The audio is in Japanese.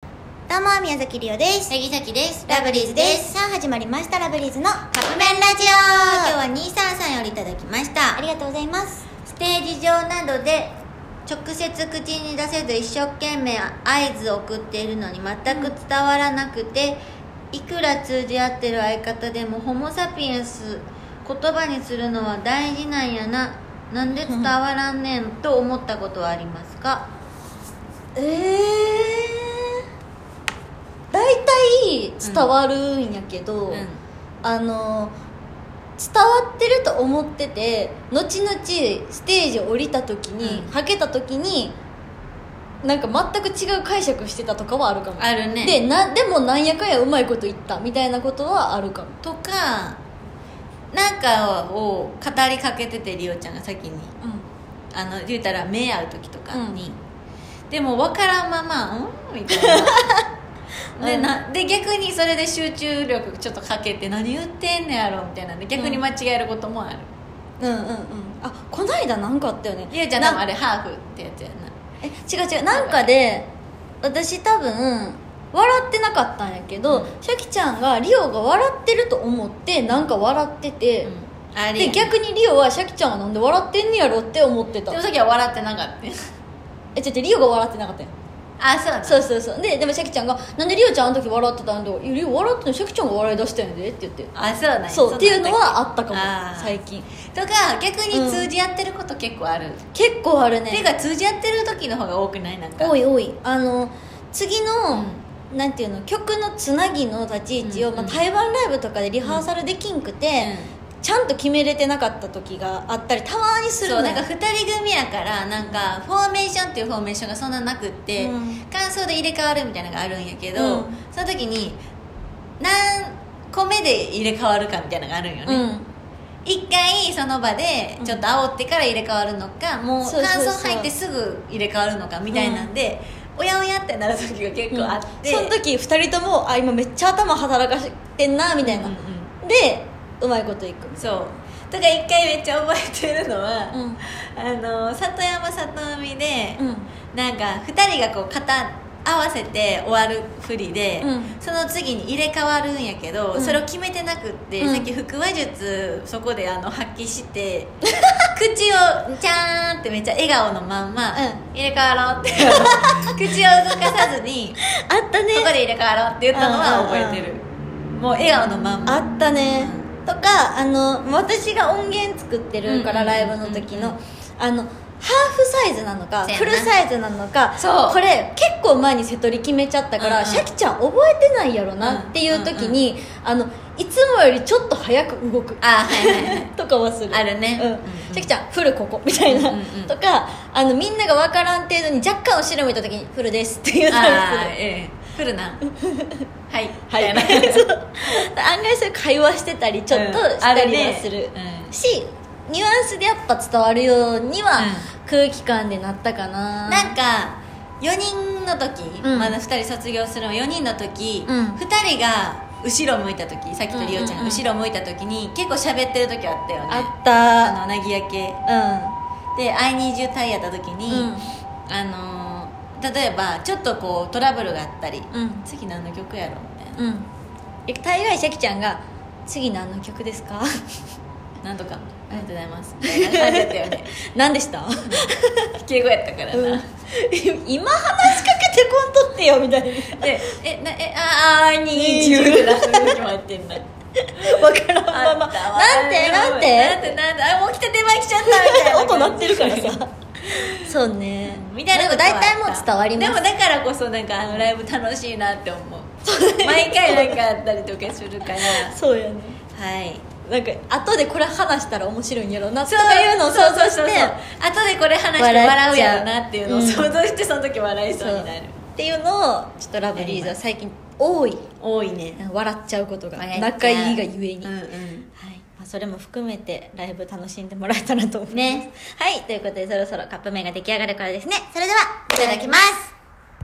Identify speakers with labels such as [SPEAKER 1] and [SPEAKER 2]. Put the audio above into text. [SPEAKER 1] どうも宮崎りおです
[SPEAKER 2] 杉崎です
[SPEAKER 1] ラブリーズですさあ始まりましたラブリーズの
[SPEAKER 2] カップ麺ラジオ今日は233よりいただきました
[SPEAKER 1] ありがとうございます
[SPEAKER 2] ステージ上などで直接口に出せず一生懸命合図を送っているのに全く伝わらなくて、いくら通じ合ってる相方でもホモ・サピエンス言葉にするのは大事なんやななんで伝わらんねんと思ったことはありますか
[SPEAKER 3] ええ大体伝わるんやけど、
[SPEAKER 2] うん
[SPEAKER 3] あの伝わってると思ってて後々ステージを降りた時に、
[SPEAKER 2] うん
[SPEAKER 3] はけた時になんか全く違う解釈してたとかはあるかも
[SPEAKER 2] あるね
[SPEAKER 3] でなでもなんやかんやうまいこと言ったみたいなことはあるかも
[SPEAKER 2] とかなんかを語りかけててりおちゃんが先に
[SPEAKER 3] う
[SPEAKER 2] あの言うたら目合う時とかに、
[SPEAKER 3] う
[SPEAKER 2] でも分からんまま「うん?」みたいなで,、
[SPEAKER 3] うん
[SPEAKER 2] なで逆にそれで集中力ちょっとかけて「何言ってんねやろ」みたいなんで逆に間違えることもある、
[SPEAKER 3] ん、うんうんうんあこないだなんかあったよね
[SPEAKER 2] りおちゃん
[SPEAKER 3] な
[SPEAKER 2] 多分あれハーフってやつやな
[SPEAKER 3] え違う違うなんかで私多分笑ってなかったんやけど、
[SPEAKER 2] うん
[SPEAKER 3] シャキちゃんがリオが笑ってると思ってなんか笑ってて、
[SPEAKER 2] うんあれ
[SPEAKER 3] で逆にリオはシャキちゃんはなんで笑ってんねやろって思ってた
[SPEAKER 2] でもさっきは笑ってなかったよ
[SPEAKER 3] え違う違うリオが笑ってなかったんや
[SPEAKER 2] あそうなん
[SPEAKER 3] そうそうそうででもシャキちゃんが「なんでリオちゃんあの時笑ってたんだ?」いやリオ笑ってんのシャキちゃんが笑い出したんやで」って言って
[SPEAKER 2] あそうなんや
[SPEAKER 3] そ
[SPEAKER 2] ん
[SPEAKER 3] う
[SPEAKER 2] な
[SPEAKER 3] っていうのはあったかも
[SPEAKER 2] あー
[SPEAKER 3] 最近
[SPEAKER 2] とか逆に通じ合ってること結構ある、
[SPEAKER 3] 結構あるね
[SPEAKER 2] ていうか通じ合ってる時の方が多くないなんか
[SPEAKER 3] 多い多いあの次の、なんていうの曲のつなぎの立ち位置を、
[SPEAKER 2] うんうん
[SPEAKER 3] まあ、台湾ライブとかでリハーサルできんくて、ちゃんと決めれてなかった時があったりたまにする
[SPEAKER 2] そう
[SPEAKER 3] の
[SPEAKER 2] なん
[SPEAKER 3] よ
[SPEAKER 2] か2人組やからなんかフォーメーションっていうフォーメーションがそんななくって、
[SPEAKER 3] うん
[SPEAKER 2] 感想で入れ替わるみたいなのがあるんやけど、
[SPEAKER 3] うん
[SPEAKER 2] その時に何個目で入れ替わるかみたいなのがあるんよ
[SPEAKER 3] う
[SPEAKER 2] ね、
[SPEAKER 3] ん
[SPEAKER 2] 一回その場でちょっと煽ってから入れ替わるのか、もう
[SPEAKER 3] そう
[SPEAKER 2] 感
[SPEAKER 3] そうそう
[SPEAKER 2] 想入ってすぐ入れ替わるのかみたいなんで、おやおやってなる時が結構あって、
[SPEAKER 3] その時2人ともあ今めっちゃ頭働かしてんなみたいな、
[SPEAKER 2] うんうん
[SPEAKER 3] でうまいこといく
[SPEAKER 2] そうとか一回めっちゃ覚えてるのは、
[SPEAKER 3] うん
[SPEAKER 2] あの里山里海で、
[SPEAKER 3] うん
[SPEAKER 2] なんか2人がこう肩合わせて終わるふりで、
[SPEAKER 3] うん
[SPEAKER 2] その次に入れ替わるんやけど、
[SPEAKER 3] うん
[SPEAKER 2] それを決めてなくって、
[SPEAKER 3] うん
[SPEAKER 2] さっき腹話術そこであの発揮して 口をちゃーんってめっちゃ笑顔のまんま、
[SPEAKER 3] う
[SPEAKER 2] 入れ替わろ うって口を動かさずに
[SPEAKER 3] あった
[SPEAKER 2] そこ
[SPEAKER 3] ね
[SPEAKER 2] で入れ替わろうって言ったのは覚えてる、もう笑顔のまんま
[SPEAKER 3] あったね、とかあの私が音源作ってるから、
[SPEAKER 2] うん
[SPEAKER 3] ライブの時の、
[SPEAKER 2] うん
[SPEAKER 3] あのハーフサイズなのか
[SPEAKER 2] そうやな
[SPEAKER 3] フルサイズなのか
[SPEAKER 2] そう
[SPEAKER 3] これ結構前に瀬戸り決めちゃったから、
[SPEAKER 2] うんうん
[SPEAKER 3] シャキちゃん覚えてないやろなっていう時に、あのいつもよりちょっと早く動く
[SPEAKER 2] あはいはいはい
[SPEAKER 3] とかはする
[SPEAKER 2] あるね
[SPEAKER 3] うん
[SPEAKER 2] うんうん
[SPEAKER 3] シャキちゃんフルここみたいな、
[SPEAKER 2] うんうんうん
[SPEAKER 3] とかあのみんなが分からん程度に若干後ろ見た時にフルですっていうのを
[SPEAKER 2] あ
[SPEAKER 3] す
[SPEAKER 2] ー
[SPEAKER 3] る
[SPEAKER 2] ええ来るなはい
[SPEAKER 3] はい
[SPEAKER 2] みたいな
[SPEAKER 3] そう案外そういう会話してたりちょっとしたりはする、
[SPEAKER 2] うんあれねうん
[SPEAKER 3] しニュアンスでやっぱ伝わるようには
[SPEAKER 2] う
[SPEAKER 3] 空気感でなったかな
[SPEAKER 2] なんか4人の時、
[SPEAKER 3] うん
[SPEAKER 2] まだ2人卒業するの4人の時、
[SPEAKER 3] うん
[SPEAKER 2] 2人が後ろ向いた時さっきとり
[SPEAKER 3] うん
[SPEAKER 2] おちゃん
[SPEAKER 3] うんう
[SPEAKER 2] が
[SPEAKER 3] ん
[SPEAKER 2] 後ろ向いた時に結構喋ってる時あったよね
[SPEAKER 3] あっ
[SPEAKER 2] あ
[SPEAKER 3] た
[SPEAKER 2] のなぎやけ
[SPEAKER 3] う
[SPEAKER 2] で「I need you タイ」やった時に、
[SPEAKER 3] うん
[SPEAKER 2] あのー例えばちょっとこうトラブルがあったり、
[SPEAKER 3] うん
[SPEAKER 2] 次何の曲やろみたい
[SPEAKER 3] んうんえ大概シャキちゃんが「次何の曲ですか?
[SPEAKER 2] ななんとか「ありがとうございます」みたいな感じだったよね」
[SPEAKER 3] 何でした、
[SPEAKER 2] 敬語やったから
[SPEAKER 3] う
[SPEAKER 2] な、
[SPEAKER 3] ん今話しかけてこんとってよみたいな
[SPEAKER 2] で「えなえあ ー I need you」ってなった時もあってんな
[SPEAKER 3] 分からんままなんてなん
[SPEAKER 2] なん
[SPEAKER 3] て
[SPEAKER 2] てなんてあもう来た手前来ちゃったみたい な
[SPEAKER 3] 音鳴ってるからさそうね
[SPEAKER 2] みたいなことは
[SPEAKER 3] でも大体もう伝わります
[SPEAKER 2] でもだからこそなんかあのライブ楽しいなって思う毎回なんかあったりとかする から
[SPEAKER 3] そうやね
[SPEAKER 2] はい
[SPEAKER 3] なんか後でこれ話したら面白いんやろなとかいうのを想像して
[SPEAKER 2] そうそうそう後でこれ話して笑うやろなっていうのを
[SPEAKER 3] 笑っちゃ
[SPEAKER 2] 想
[SPEAKER 3] う
[SPEAKER 2] 像してその時笑いそうになる、
[SPEAKER 3] っていうのをちょっとラブリーズは最近多い
[SPEAKER 2] 多いね
[SPEAKER 3] 笑っちゃうことが
[SPEAKER 2] 笑っちゃう
[SPEAKER 3] 仲いいがゆえに、
[SPEAKER 2] うんう
[SPEAKER 3] はい
[SPEAKER 2] ん
[SPEAKER 3] まあ、それも含めてライブ楽しんでもらえたらと思います
[SPEAKER 2] ね
[SPEAKER 3] はいということでそろそろカップ麺が出来上がるからですね
[SPEAKER 1] それではいただきます